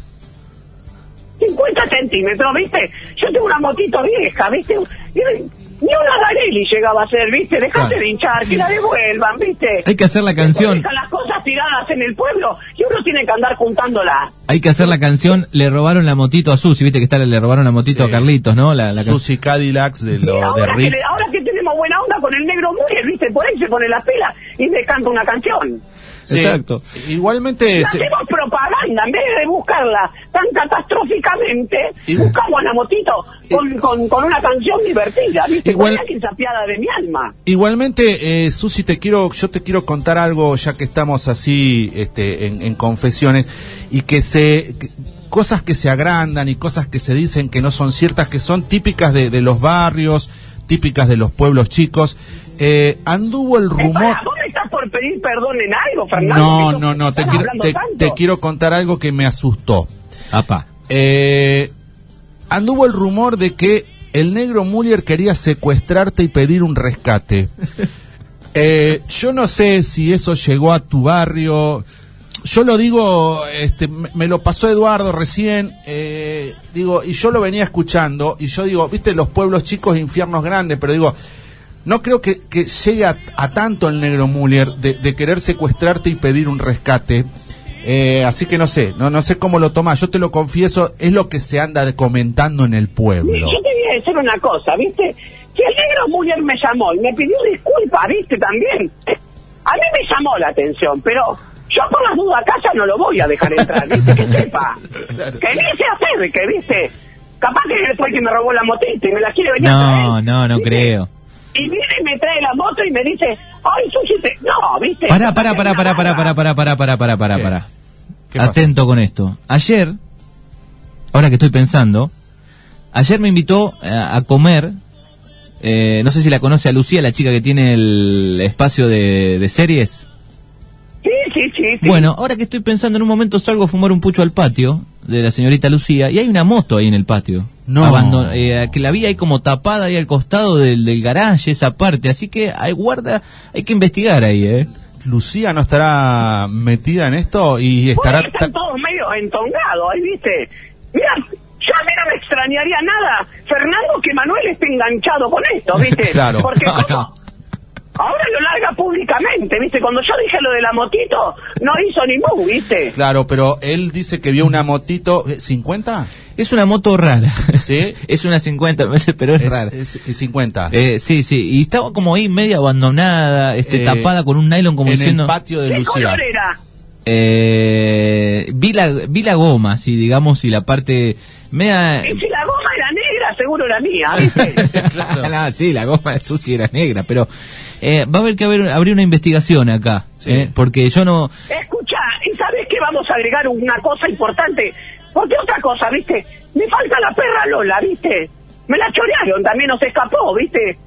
50 centímetros, ¿viste? Yo tengo una motito vieja, ¿viste? Y- Ni una Garelli llegaba a ser, ¿viste? Dejate Claro. de hinchar, que la devuelvan, ¿viste? Hay que hacer la canción. Dejan las cosas tiradas en el pueblo y uno tiene que andar juntándolas. Hay que hacer la canción. Le robaron la motito a Susi. Viste que está, le robaron la motito Sí. a Carlitos, ¿no? La, la can- Susi Cadillacs Oh, de Y lo de ahora, que Riff. le- ahora que tenemos buena onda con el negro Muriel, ¿viste? Por ahí se pone las pilas y me canta una canción. Sí, Exacto. Igualmente... se- Hacemos propaganda, en vez de buscarla tan catastróficamente, Y- buscamos a la motito con, con, con una canción divertida, ¿viste? Igual- Igual... que se apiada de mi alma. Igualmente, eh, Susi, te quiero, yo te quiero contar algo, ya que estamos así este, en, en confesiones, y que se que- cosas que se agrandan y cosas que se dicen que no son ciertas, que son típicas de, de los barrios, típicas de los pueblos chicos. Eh, anduvo el Eh, rumor. pará, ¿Vos me estás por pedir perdón en algo, Fernando? No, Que yo- no, no, te estás quiero, hablando te- tanto. te quiero contar algo que me asustó. Apa. Eh, anduvo el rumor de que el negro Muller quería secuestrarte y pedir un rescate. Eh, yo no sé si eso llegó a tu barrio. Yo lo digo, este, me me lo pasó Eduardo recién, eh, digo, y yo lo venía escuchando, y yo digo, viste, los pueblos chicos, infiernos grandes, pero digo, no creo que, que llegue a, a tanto el negro Muller de, de querer secuestrarte y pedir un rescate. Eh, así que no sé, no, no sé cómo lo tomás, yo te lo confieso, es lo que se anda comentando en el Mira, pueblo. Yo te voy a decir una cosa, ¿viste? Que el negro Muller me llamó y me pidió disculpas, ¿viste? También. A mí me llamó la atención, pero yo por las dudas a casa no lo voy a dejar entrar, ¿viste? Que sepa. Que ni se acerque, ¿viste? Capaz que fue el que me robó la motita y me la quiere venir a No, traer, no, no ¿viste? creo. Y viene y me trae la moto y me dice, ay, Susi, te... no, ¿viste? Pará, pará, pará, pará, pará, pará, pará, pará, pará, pará, pará, ¿Qué? pará. ¿Qué pasa? Atento con esto. Ayer, ahora que estoy pensando, ayer me invitó eh, a comer. eh, no sé si la conoce a Lucía, la chica que tiene el espacio de, de series. Sí, sí, sí. sí. Bueno, ahora que estoy pensando, en un momento salgo a fumar un pucho al patio de la señorita Lucía y hay una moto ahí en el patio. No. Abandon- eh, que la vi ahí como tapada ahí al costado del, del garaje, esa parte. Así que hay guarda, hay que investigar ahí, ¿eh? Lucía no estará metida en esto y estará... Porque están ta- todos medio entongados, ahí viste. Mira, yo a mí no me extrañaría nada, Fernando, que Manuel esté enganchado con esto, viste. Claro. Porque No, ¿cómo? no. ahora lo larga públicamente, viste. Cuando yo dije lo de la motito, no hizo ni mu, viste. Claro, pero él dice que vio una motito... eh, ¿50? Es una moto rara. Sí. es una 50, pero es, Es- rara. es- es 50. Eh, sí, sí. Y estaba como ahí media abandonada, este, Eh, tapada con un nylon como en diciendo... el patio de ¿Qué Lucía. color era? Eh, vi, la, vi la goma, sí, digamos, y la parte... Media, Eh. Y si la goma era negra, seguro era mía, viste. Claro. No, sí, la goma de sushi era negra, pero eh, va a haber que haber, abrir una investigación acá, Sí. eh, porque yo no... Escucha, ¿y sabes qué? Vamos a agregar una cosa importante. Porque otra cosa, ¿viste? Me falta la perra Lola, ¿viste? Me la chorearon, también nos escapó, ¿viste?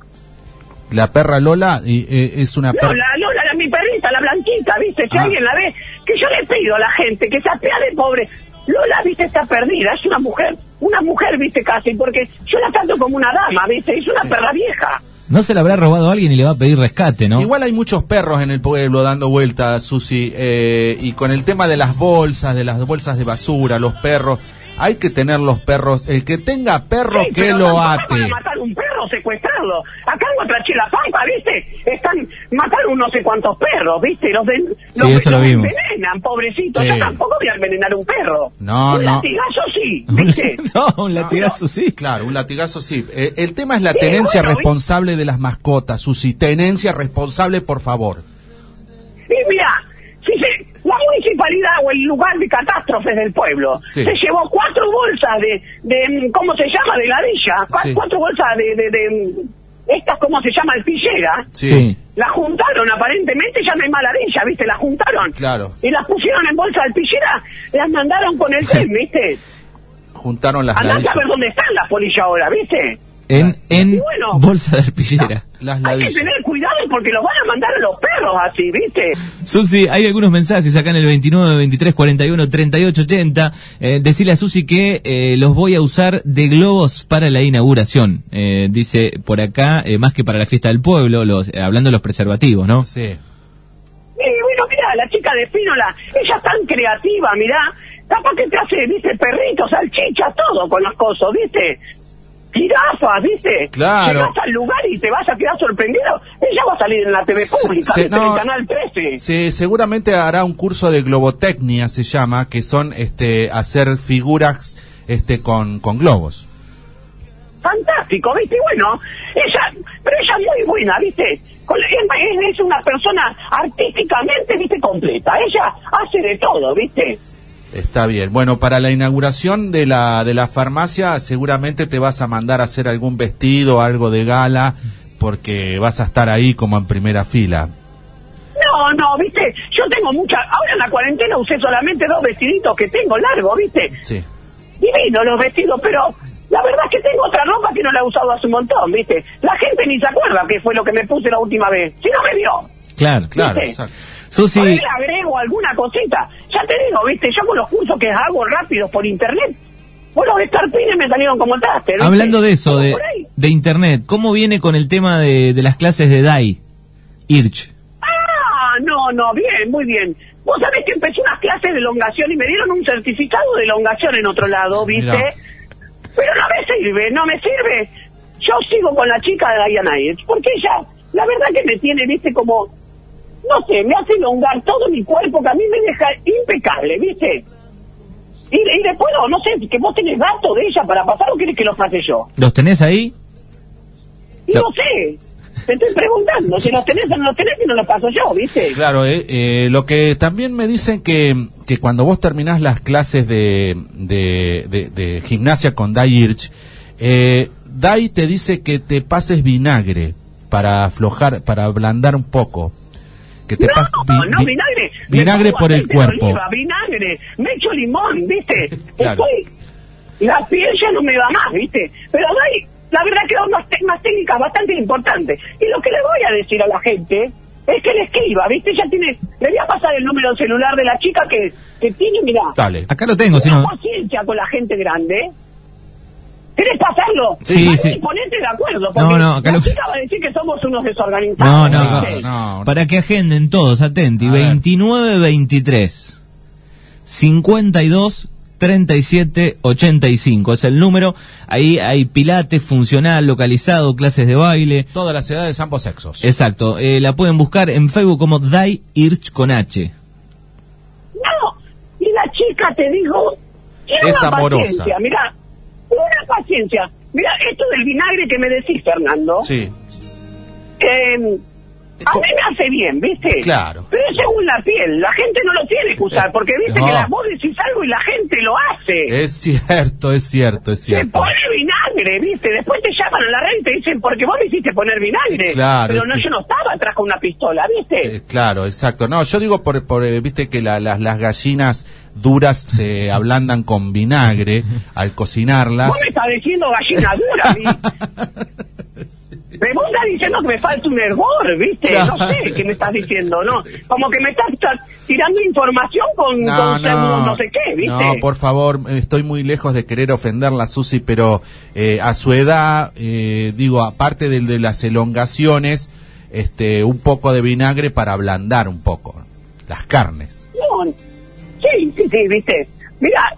La perra Lola y, eh, es una No, perra... la Lola, la, mi perrita, la blanquita, ¿viste? Si Ah. alguien la ve, que yo le pido a la gente que se apiade, pobre. Lola, ¿viste? Está perdida, es una mujer, una mujer, ¿viste? Casi, porque yo la trato como una dama, ¿viste? Es una perra vieja. No se la habrá robado a alguien y le va a pedir rescate, ¿no? Igual hay muchos perros en el pueblo dando vueltas, Susi, eh, y con el tema de las bolsas, de las bolsas de basura, los perros, hay que tener los perros, el que tenga perro Sí, que pero lo tampoco es ate. para matar un perro, secuestrarlo. Acá en Guatrachila Pampa, ¿viste? Están, mataron no sé cuántos perros, ¿viste? Los, de, los eso lo los vimos. envenenan, pobrecito. Sí. Yo tampoco voy a envenenar un perro. No, un no. latigazo sí, ¿viste? no, un latigazo, sí. Claro, un latigazo sí. Eh, el tema es la Sí, tenencia bueno, responsable de las mascotas, Susi. Tenencia responsable, por favor. Y mira, si se- la municipalidad o el lugar de catástrofes del pueblo Sí. se llevó cuatro bolsas de, de, mm, ¿cómo se llama? De ladilla. Cu- Sí. Cuatro bolsas de, de, de, mm, estas, ¿cómo se llama? Alpillera. Sí. La juntaron, aparentemente ya no hay maladilla, ¿viste? La juntaron. Claro. Y las pusieron en bolsa de alpillera, las mandaron con el tren, ¿viste? Juntaron las Andá a narices. saber dónde están las polillas ahora, ¿viste? en, en Y bueno. bolsa de arpillera. Las Hay que ladillas. tener cuidado porque los van a mandar a los perros así, ¿viste? Susi, hay algunos mensajes acá en el 29, 23, 41, 38, 80. Eh, decirle a Susi que eh, los voy a usar de globos para la inauguración. Eh, dice por acá, eh, más que para la fiesta del pueblo, los, eh, hablando de los preservativos, ¿no? Sí. Y Eh, bueno, mirá, la chica de Pínola, ella es tan creativa, mirá. Capaz que te hace, viste, perritos, salchichas, todo con las cosas, viste. Jirafas, viste. Claro. Llegás al lugar y te vas a quedar sorprendido. Ella va a salir en la TV Se- pública, se- viste, no. en el canal 13. Sí, seguramente hará un curso de globotecnia, se llama, que son este, hacer figuras este, con, con globos. fantástico, ¿viste? Y bueno, ella, pero ella es muy buena, ¿viste? Con la- Es, es una persona artísticamente, ¿viste? Completa. Ella hace de todo, ¿viste? Está bien. Bueno, para la inauguración de la, de la farmacia, seguramente te vas a mandar a hacer algún vestido, algo de gala, porque vas a estar ahí como en primera fila. No, no, ¿viste? Yo tengo mucha... Ahora en la cuarentena usé solamente dos vestiditos que tengo largos, ¿viste? Sí. Divino los vestidos, pero la verdad es que tengo otra ropa que no la he usado hace un montón, ¿viste? La gente ni se acuerda qué fue lo que me puse la última vez. Si no me vio. Claro, Claro, Sí. exacto. Susi, Por ahí le agrego alguna cosita. Ya te digo, viste, yo con los cursos que hago rápidos por internet, bueno, de Starpines me salieron como traste. ¿viste? hablando de eso, Pero de, por ahí- de internet, ¿cómo viene con el tema de, de las clases de DAI? Irch. Ah, no, no, bien, muy bien. Vos sabés que empecé unas clases de elongación y me dieron un certificado de elongación en otro lado, viste. Mirá. Pero no me sirve, no me sirve. Yo sigo con la chica de Diana Edge, porque ella, la verdad que me tiene, viste, como, no sé, me hace elongar todo mi cuerpo que a mí me deja impecable, viste. Y, y después, no, no sé, que vos tenés datos de ella para pasar o querés que los pase yo. ¿Los tenés ahí? Y No. no, sé, te estoy preguntando, si los tenés o no los tenés y no los paso yo, viste. Claro, eh, eh, lo que también me dicen que, que cuando vos terminás las clases de, de, de- de gimnasia con Dai Irch, eh, Dai te dice que te pases vinagre para aflojar, para ablandar un poco. Que te pases no, vi- no, vi- vinagre. Me vinagre pongo por el aceite de cuerpo. oliva, vinagre, me echo limón, ¿viste? Claro. Estoy- la piel ya no me va más, ¿viste? Pero hay, la verdad que hay unas, te- unas técnicas bastante importantes. Y lo que le voy a decir a la gente es que le escriba, ¿viste? Ya tiene, le voy a pasar el número celular de la chica que, que tiene, mirá, Dale. Acá lo tengo, si una no. paciencia con la gente grande. ¿Querés pasarlo? Sí, Dale, sí. Ponete de acuerdo, porque No, no, acá la lo- chica va a decir que somos unos No, desorganizados. no, Ah, No, ¿viste? no, no. Para que agenden todos, atenti. A ver. 29, 23, 52, 37, 85. Es el número. Ahí hay pilates funcional, localizado, clases de baile. Todas las edades, ambos sexos. Exacto. Eh, la pueden buscar en Facebook como Dai Irch con H. No, y la chica te digo, tiene Es una amorosa. paciencia, mirá, una paciencia. Mirá, esto del vinagre que me decís, Fernando, Sí. eh, a Co- mí me hace bien, ¿viste? Claro. Eh, Pero es según la piel, la gente no lo tiene que usar, porque viste no. que la, vos decís algo y la gente lo hace. Es cierto, es cierto, es Te cierto. pone vinagre, ¿viste? Después te llaman a la red y te dicen, porque vos me hiciste poner vinagre. Claro, Pero no, sí. yo no estaba atrás con una pistola, ¿viste? Eh, claro, exacto. No, yo digo por, por, eh, viste que la- las, las gallinas duras se ablandan con vinagre al cocinarlas. Vos me estás diciendo gallina dura, a mí. Me vos estás diciendo que me falta un hervor, ¿viste? No sé qué me estás diciendo, ¿no? Como que me estás, estás tirando información con, No, con no, no sé qué, ¿viste? no, por favor, eh, estoy muy lejos de querer ofenderla, Susi, pero eh, a su edad, eh, digo, aparte del- de, las elongaciones, este, un poco de vinagre para ablandar un poco las carnes. No, Sí, sí, sí, ¿viste? Mira,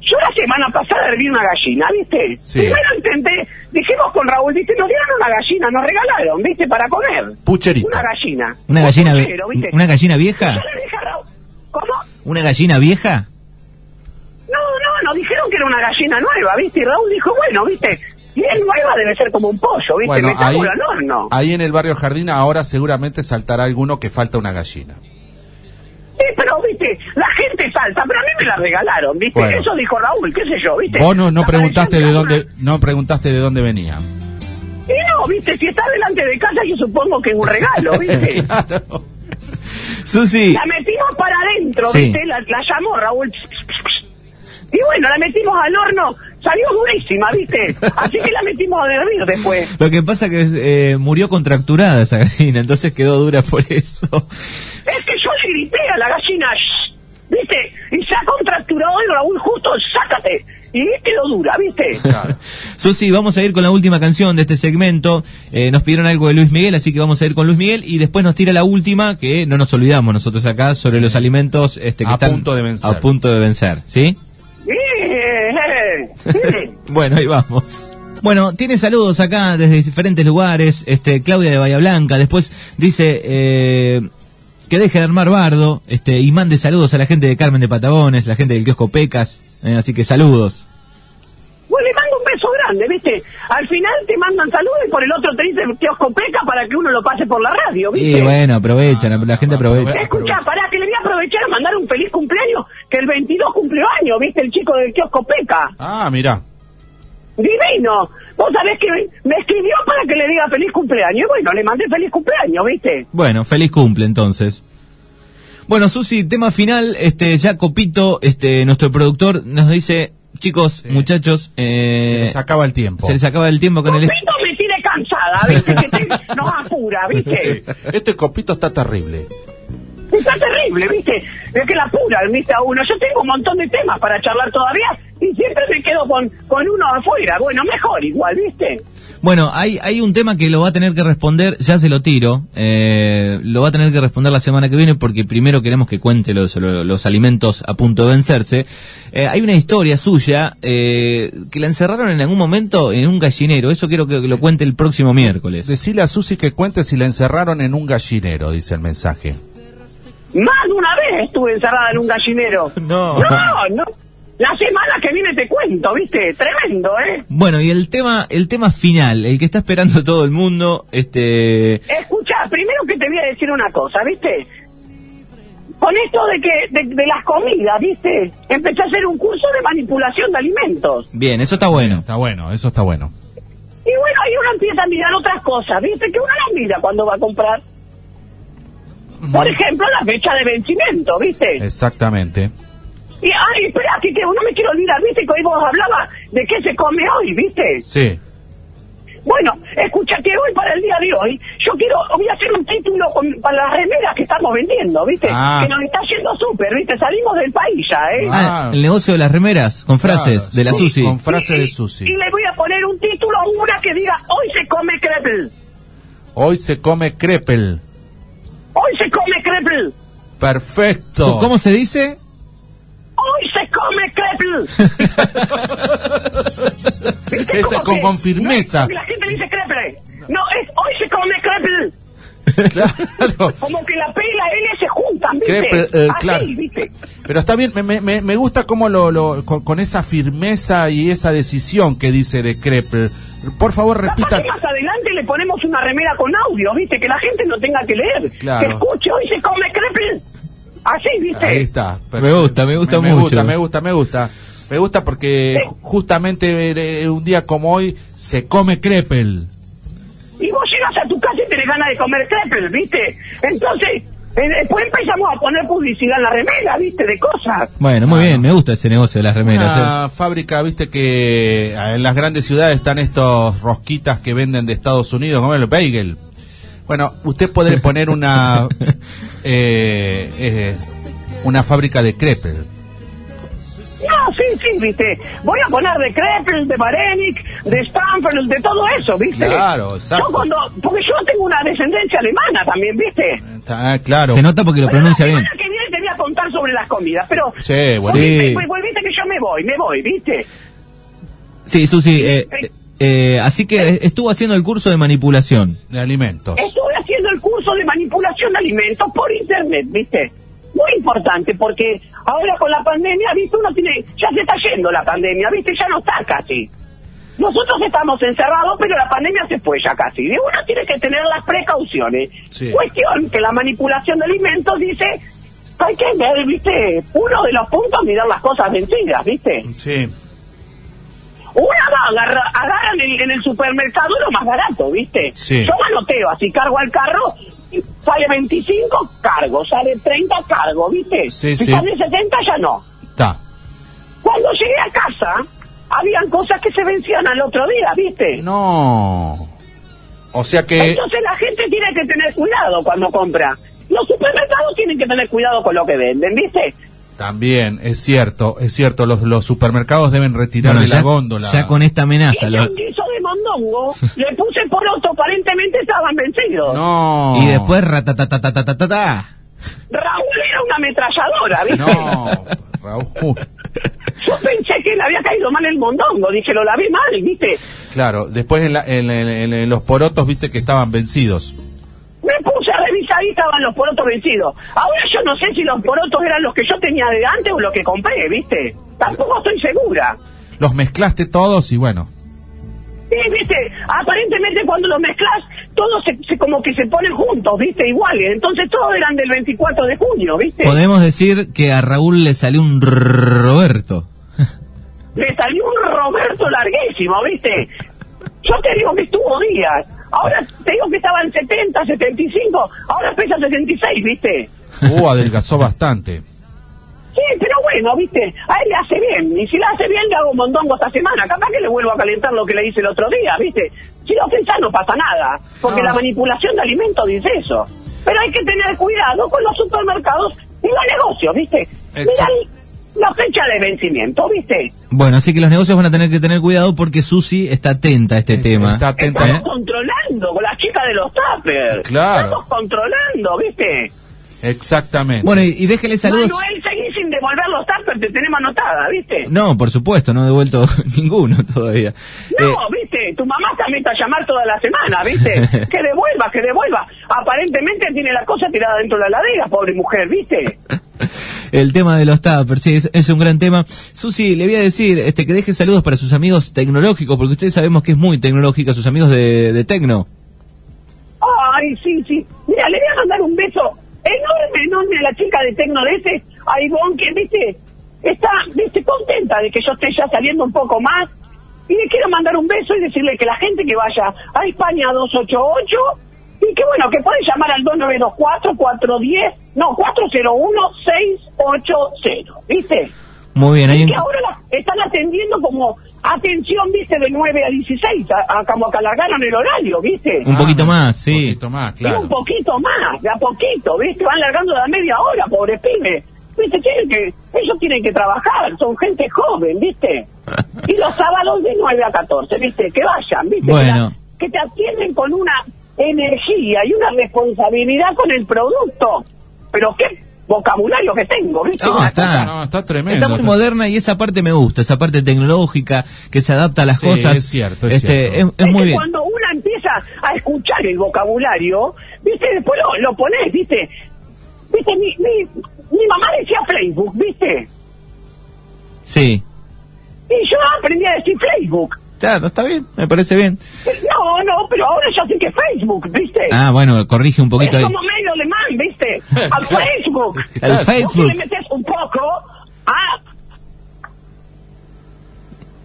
yo la semana pasada herví una gallina, ¿viste? Sí. Primero intenté, dijimos con Raúl, ¿viste? Nos dieron una gallina, nos regalaron, ¿viste? Para comer. Pucherito. Una gallina. Una Un gallina, ve- puchero, ¿viste? una gallina vieja. Yo le dije a Raúl, ¿Cómo? Una gallina vieja. No, no, nos dijeron que era una gallina nueva, ¿viste? Y Raúl dijo, bueno, ¿viste? Y es nueva, debe ser como un pollo, ¿viste? Bueno, ahí, Metámoslo al horno. ahí en el barrio Jardín ahora seguramente saltará alguno que falta una gallina. Sí, pero, ¿viste? La gente salta, pero a mí me la regalaron, ¿viste? Bueno. Eso dijo Raúl, qué sé yo, ¿viste? Vos no, no La preguntaste de parecía dónde, no preguntaste de dónde venía. una- Y no, ¿viste? Si está delante de casa, yo supongo que es un regalo, ¿viste? Claro. Susi. La metimos para adentro, Sí. ¿viste? La, la llamó Raúl. Y bueno, la metimos al horno. salió durísima, ¿viste? Así que la metimos a hervir después. Lo que pasa que eh, murió contracturada esa gallina, entonces quedó dura por eso. Es que yo le grité a la gallina, "Shh", ¿viste? Y se ha contracturado el Raúl justo, sácate. Y quedó dura, ¿viste? Susi, vamos a ir con la última canción de este segmento. Eh, nos pidieron algo de Luis Miguel, así que vamos a ir con Luis Miguel y después nos tira la última, que no nos olvidamos nosotros acá, sobre los alimentos este, que A están punto de vencer. a punto de vencer, ¿sí? Bien, eh. bien. Bueno, ahí vamos. Bueno, tiene saludos acá desde diferentes lugares. Este, Claudia de Bahía Blanca. Después dice eh, que deje de armar bardo este, y mande saludos a la gente de Carmen de Patagones, la gente del kiosco Pecas. eh, así que saludos. Bueno, le mando un beso grande, ¿viste? Al final te mandan saludos y por el otro te dicen kiosco peca para que uno lo pase por la radio, ¿viste? Y bueno, aprovechan, la gente aprovecha. Escucha, pará, que le voy a aprovechar a mandar un feliz cumpleaños, que el 22 cumpleaños, ¿viste? El chico del kiosco Peca. Ah, mira. Divino. Vos sabés que me escribió para que le diga feliz cumpleaños. Y bueno, le mandé feliz cumpleaños, ¿viste? Bueno, feliz cumple entonces. Bueno, Susi, tema final, este, ya Copito, este, nuestro productor, nos dice, chicos, muchachos, Se eh, les acaba el tiempo. se les acaba el tiempo con el... Copito me tiene cansada, ¿viste? Que te- nos apura, ¿viste? Este copito está terrible. Está terrible, ¿viste? Es que la apura, ¿viste? A uno. Yo tengo un montón de temas para charlar todavía y siempre me quedo con, con uno afuera. Bueno, mejor igual, ¿viste? Bueno, hay, hay un tema que lo va a tener que responder, ya se lo tiro, eh, lo va a tener que responder la semana que viene porque primero queremos que cuente los, lo- los alimentos a punto de vencerse. Eh, hay una historia suya eh, que la encerraron en algún momento en un gallinero, eso quiero que lo cuente el próximo miércoles. Decile a Susi que cuente si la encerraron en un gallinero, dice el mensaje. Más de una vez estuve encerrada en un gallinero. No. No, no. La semana que viene te cuento, ¿viste? Tremendo, ¿eh? Bueno, y el tema, el tema final, el que está esperando todo el mundo, este, Escucha, primero que te voy a decir una cosa, ¿viste? Con esto de que de, de las comidas, ¿viste? Empecé a hacer un curso de manipulación de alimentos. bien, eso está bueno. Está bueno, eso está bueno. Y bueno, ahí uno empieza a mirar otras cosas, ¿viste? Que uno no mira cuando va a comprar. Por ejemplo, la fecha de vencimiento, ¿viste? Exactamente. Y, ay, espera, que, que no me quiero olvidar, ¿viste? Que hoy vos hablabas de qué se come hoy, ¿viste? Sí. Bueno, escucha que hoy para el día de hoy, yo quiero, voy a hacer un título con- para las remeras que estamos vendiendo, ¿viste? Ah. Que nos está yendo súper, ¿viste? Salimos del país ya, ¿eh? Ah, Ah. el negocio de las remeras, con frases Claro, de la sí, Susi. Con frase Y- de Susi. Y le voy a poner un título a una que diga, hoy se come crepe, Hoy se come crepel. hoy se come crepe, Perfecto. ¿Cómo se dice? hoy se come crepe. ¿Viste Esto cómo Este es con- que- con firmeza. no es que la gente le dice crepe. No, es hoy se come crepe. Claro. Como que la P y la L se juntan, ¿viste? Crepe, eh, Así, claro. ¿viste? Pero está bien, me, me- me, me gusta cómo lo, lo- con, con esa firmeza y esa decisión que dice de crepel. Por favor, Capaz repita. que más adelante le ponemos una remera con audio, ¿viste? Que la gente no tenga que leer. Claro. Que escuche, hoy se come crepe. Así, ¿viste? Ahí está. Me gusta, me gusta mucho. Me gusta, me gusta, me gusta. Me gusta porque Sí. ju- justamente eh, un día como hoy se come crepel. Y vos llegas a tu casa y tenés ganas de comer crepe, ¿viste? Entonces, eh, después empezamos a poner publicidad en la remera, ¿viste? De cosas. Bueno, muy bien, me gusta ese negocio de las remeras. eh. Una fábrica, viste que ah, en las grandes ciudades están estos rosquitas que venden de Estados Unidos, como el bagel. Bueno, usted podría poner una eh, eh, una fábrica de crepes. No, sí, sí, ¿viste? Voy a poner de crepe, de Barenic, de Stanford, de todo eso, ¿viste? Claro, exacto. Yo cuando, porque yo tengo una descendencia alemana también, ¿viste? Está, Ah, claro. Se nota porque lo pronuncia Bueno, bien. la semana que viene te voy a contar sobre las comidas, pero... Sí, bueno. Volviste, Sí. pues, volviste que yo me voy, me voy, ¿viste? Sí, Susi, eh, eh, eh, así que estuvo haciendo el curso de manipulación. De alimentos. Estuve haciendo el curso de manipulación de alimentos por internet, ¿viste? Muy importante, porque ahora con la pandemia, ¿viste? Uno tiene... Ya se está yendo la pandemia, ¿viste? Ya no está casi. Nosotros estamos encerrados, pero la pandemia se fue ya casi. Y uno tiene que tener las precauciones. Sí. Cuestión que la manipulación de alimentos dice... Hay que ver, ¿viste? Uno de los puntos, mirar las cosas vencidas, ¿viste? Sí. Una va, agarra, agarran en, en el supermercado lo más barato, ¿viste? Sí. Yo manoteo, así cargo al carro, y sale 25, cargo, sale 30, cargo, ¿viste? Sí, si sí. sale 60, ya no. Está. Cuando llegué a casa, habían cosas que se vencían al otro día, ¿viste? No. O sea que. Entonces la gente tiene que tener cuidado cuando compra. Los supermercados tienen que tener cuidado con lo que venden, ¿viste? También, es cierto, es cierto, los, los supermercados deben retirar Bueno, de la ya, góndola. ya con esta amenaza. Y lo- el guiso de mondongo le puse poroto, aparentemente estaban vencidos. No. Y después ratatatatatatatá. Raúl era una ametralladora, ¿viste? No, Raúl. Yo pensé que le había caído mal el mondongo, dije, lo lavé mal, ¿viste? Claro, después en, la- en- en- en los porotos viste que estaban vencidos. Me puse a revisar y estaban los porotos vencidos. Ahora yo no sé si los porotos eran los que yo tenía de antes o los que compré, ¿viste? Tampoco estoy segura. Los mezclaste todos y bueno. Sí, viste, aparentemente cuando los mezclas, todos se, se- como que se ponen juntos, viste, iguales. Entonces todos eran del 24 de junio, viste. Podemos decir que a Raúl le salió un Roberto. Le salió un Roberto larguísimo, viste. Yo te digo que estuvo días. Ahora te digo que estaban 70, 75, ahora pesa 76, viste. Uh, adelgazó bastante. Sí, pero bueno, viste, a él le hace bien. Y si le hace bien, le hago un mondongo esta semana. Capaz que le vuelvo a calentar lo que le hice el otro día, viste. Si lo pensás, no pasa nada. Porque Ah. la manipulación de alimentos dice eso. Pero hay que tener cuidado con los supermercados y los negocios, viste. Mirá Exacto. el- la fecha de vencimiento, viste. Bueno, así que los negocios van a tener que tener cuidado porque Susi está atenta a este tema. Está atenta. Estamos ¿Eh? controlando con la chica de los tuppers. Claro. Estamos controlando, viste. Exactamente. Bueno, y, y déjele saludos. Manuel, seguí sin devolver los tuppers, te tenemos anotada, viste. No, por supuesto, no he devuelto ninguno todavía. No, Eh, viste, tu mamá está meta a llamar toda la semana, viste. que devuelva, que devuelva. Aparentemente tiene la cosa tirada dentro de la ladera, pobre mujer, viste. el tema de los tappers, sí, es, es un gran tema. Susi, le voy a decir este, que deje saludos para sus amigos tecnológicos, porque ustedes sabemos que es muy tecnológica, sus amigos de, de Tecno. Ay, sí, sí. Mira, le voy a mandar un beso enorme, enorme a la chica de Tecno de ese, a Ivonne, que, viste, está, viste, contenta de que yo esté ya saliendo un poco más. Y le quiero mandar un beso y decirle que la gente que vaya a España 288 y que bueno, que puede llamar al 2924-410, no, 401-680, ¿viste? Muy bien, ahí en- que ahora la- están atendiendo como atención, viste, de 9 a 16, a- a- como que alargaron el horario, viste. un poquito más, Ah, Un sí. poquito más, Y claro. un poquito más, de a poquito, ¿viste? Van largando de a media hora, pobre pibe. ¿Viste? Tienen que, ellos tienen que trabajar, son gente joven, ¿viste? Y los sábados de 9 a 14, ¿viste? Que vayan, ¿viste? Bueno. Que, la- que te atienden con una energía y una responsabilidad con el producto. Pero qué vocabulario que tengo, ¿viste? No, Una está. Ah, No, está tremendo. Está muy Está- moderna y esa parte me gusta, esa parte tecnológica que se adapta a las Sí, cosas. es cierto, es Este, cierto. es- es muy que bien. cuando uno empieza a escuchar el vocabulario, viste, después lo, lo pones, viste. Viste, mi, mi, mi mamá decía Facebook, viste. Sí. Y yo aprendí a decir Facebook. Claro, está bien, me parece bien. No, no, pero ahora yo sé que Facebook, viste. Ah, bueno, corrige un poquito es ahí. como medio alemán, viste. A Facebook. Al Vos Facebook. le metes un poco a...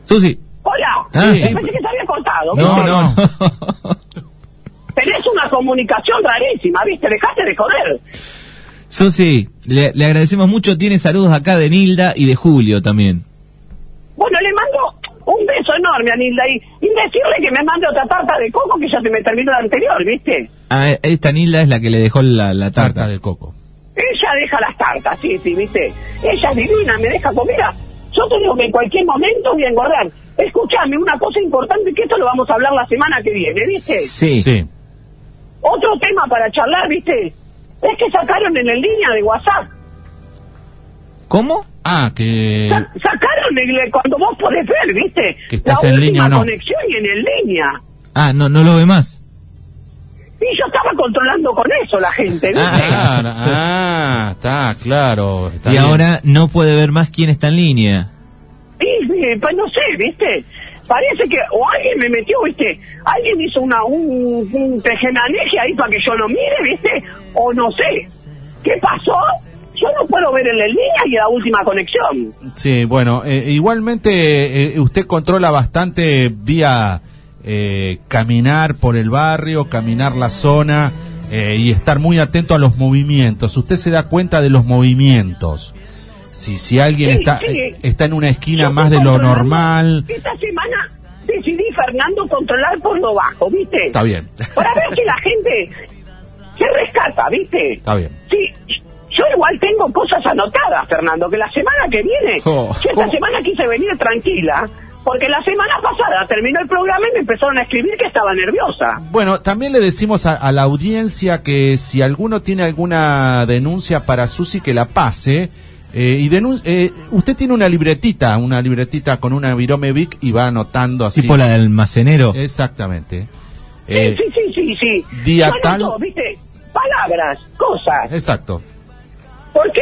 Susi. Hola, Ah, Yo sí. pensé que se había cortado. No, ¿viste? no, no. Tenés una comunicación rarísima, viste, dejate de correr. Susi, le, le agradecemos mucho. Tiene saludos acá de Nilda y de Julio también. Bueno, le mando un beso enorme a Nilda y, y decirle que me mande otra tarta de coco que ya se me terminó la anterior, ¿viste? Ah, esta Nilda es la que le dejó la, la Tarta tarta. de coco. Ella deja las tartas, sí, sí, ¿viste? Ella es divina, me deja comida. Yo te digo que en cualquier momento voy a engordar. Escuchame, una cosa importante que esto lo vamos a hablar la semana que viene, ¿viste? Sí. Sí. Otro tema para charlar, ¿viste? Es que sacaron en el línea de WhatsApp. ¿Cómo? Ah, que. Sa- sacaron el- cuando vos podés ver, ¿viste? Que estás la en última línea o no. conexión y en el línea. Ah, no, no lo ve más. Y yo estaba controlando con eso la gente, ¿viste? Ah. Claro, ah, está claro. está y bien. ahora no puede ver más quién está en línea. Y, eh, pues no sé, ¿viste? Parece que o alguien me metió, ¿viste? Alguien hizo una un, un tejenaneje ahí para que yo lo mire, ¿viste? O no sé. ¿Qué pasó? Yo no puedo ver en la línea y la última conexión. Sí, bueno, eh, igualmente eh, usted controla bastante vía eh, caminar por el barrio, caminar la zona eh, y estar muy atento a los movimientos. Usted se da cuenta de los movimientos. Si, si alguien Sí, está, sí. eh, está en una esquina Yo más de estoy lo controlando. normal, Esta semana decidí, Fernando, controlar por lo bajo, ¿viste? está bien, Para ver si la gente se rescata, ¿viste? está bien. Sí, yo igual tengo cosas anotadas, Fernando, que la semana que viene, Oh. yo esta semana quise venir tranquila, porque la semana pasada terminó el programa y me empezaron a escribir que estaba nerviosa. Bueno, también le decimos a, a la audiencia que si alguno tiene alguna denuncia para Susi, que la pase. Eh, y denun- eh, usted tiene una libretita, una libretita con una Viromevic y va anotando así. Tipo la del almacenero. Exactamente. Eh, sí, sí, sí, sí, sí. día Yo anoto, tal- ¿viste? Palabras, cosas, Exacto. porque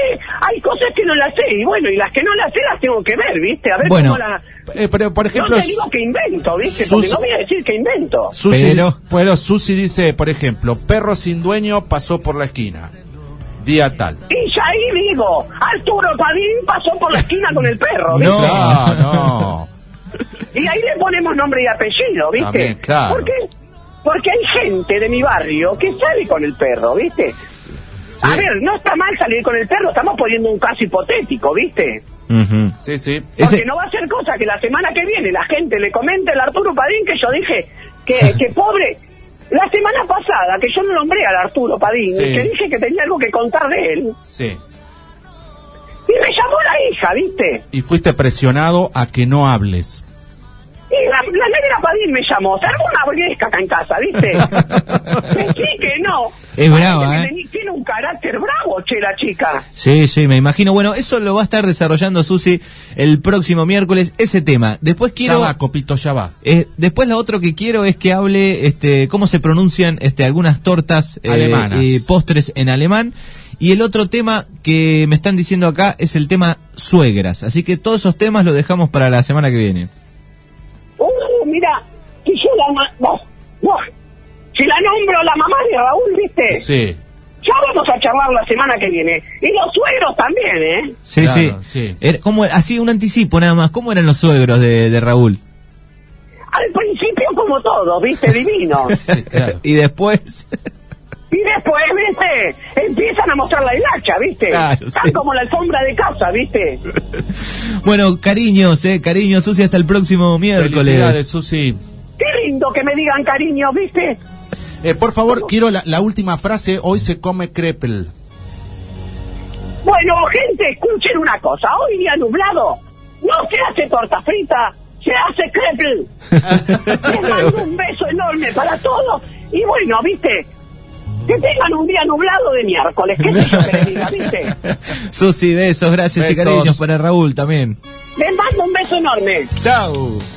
hay cosas que no las sé, y bueno, y las que no las sé las tengo que ver, ¿viste? A ver Bueno, cómo las... Eh, pero, por No ejemplo, te digo que invento, ¿viste? Porque Sus- no voy a decir que invento. Susi, Pero- bueno, Susi dice, por ejemplo, perro sin dueño pasó por la esquina. Día tal. Y ya ahí digo, Arturo Padín pasó por la esquina con el perro, ¿viste? No. Claro, no. Y ahí le ponemos nombre y apellido, ¿viste? También, claro. ¿Por qué? Porque hay gente de mi barrio que sale con el perro, ¿viste? A ver, no está mal salir con el perro, estamos poniendo un caso hipotético, ¿viste? Ujú. Sí, sí. Porque Ese- no va a ser cosa que la semana que viene la gente le comente al Arturo Padín que yo dije que, que pobre. La semana pasada que yo no nombré al Arturo Padín, Sí. y que dije que tenía algo que contar de él, Sí. y me llamó la hija, ¿viste? Y fuiste presionado a que no hables. Y la, la negra Padín me llamó, ¿te armó una bresca acá en casa, viste? Me sí que no. Es brava, Parece que ¿eh? teni- Tiene un carácter bravo, che, la chica. Sí, sí, me imagino. Bueno, eso lo va a estar desarrollando Susi el próximo miércoles, ese tema. Después Ya quiero... va, Copito, ya va. eh, después lo otro que quiero es que hable este, cómo se pronuncian este, algunas tortas eh, Alemanas. y postres en alemán. Y el otro tema que me están diciendo acá es el tema suegras. Así que todos esos temas los dejamos para la semana que viene. Uh, mira, si yo la... ma- vos, vos, si la nombro la mamá de Raúl, viste, Sí. ya vamos a charlar la semana que viene. Y los suegros también, ¿eh? Sí, sí. Claro, sí. Era- ¿cómo era? así un anticipo nada más. ¿Cómo eran los suegros de, de Raúl? Al principio como todos, viste, divinos. Sí, claro. y después... Y después, viste, empiezan a mostrar la hilacha, viste. Claro, Tan sí. como la alfombra de casa, viste. Bueno, cariños, eh, cariños, Susi, hasta el próximo miércoles. Felicidades, Susi. Qué lindo que me digan cariño, ¿viste? Eh, por favor, quiero la, la última frase. Hoy se come crepel. Bueno, gente, escuchen una cosa. Hoy día nublado, no se hace torta frita, se hace crepe. Les mando un beso enorme para todos. Y bueno, ¿viste? Que tengan un día nublado de miércoles. ¿Qué sé yo que les diga, ¿viste? Susi, besos, gracias y Besos. cariños para Raúl también. Les mando un beso enorme. Chao.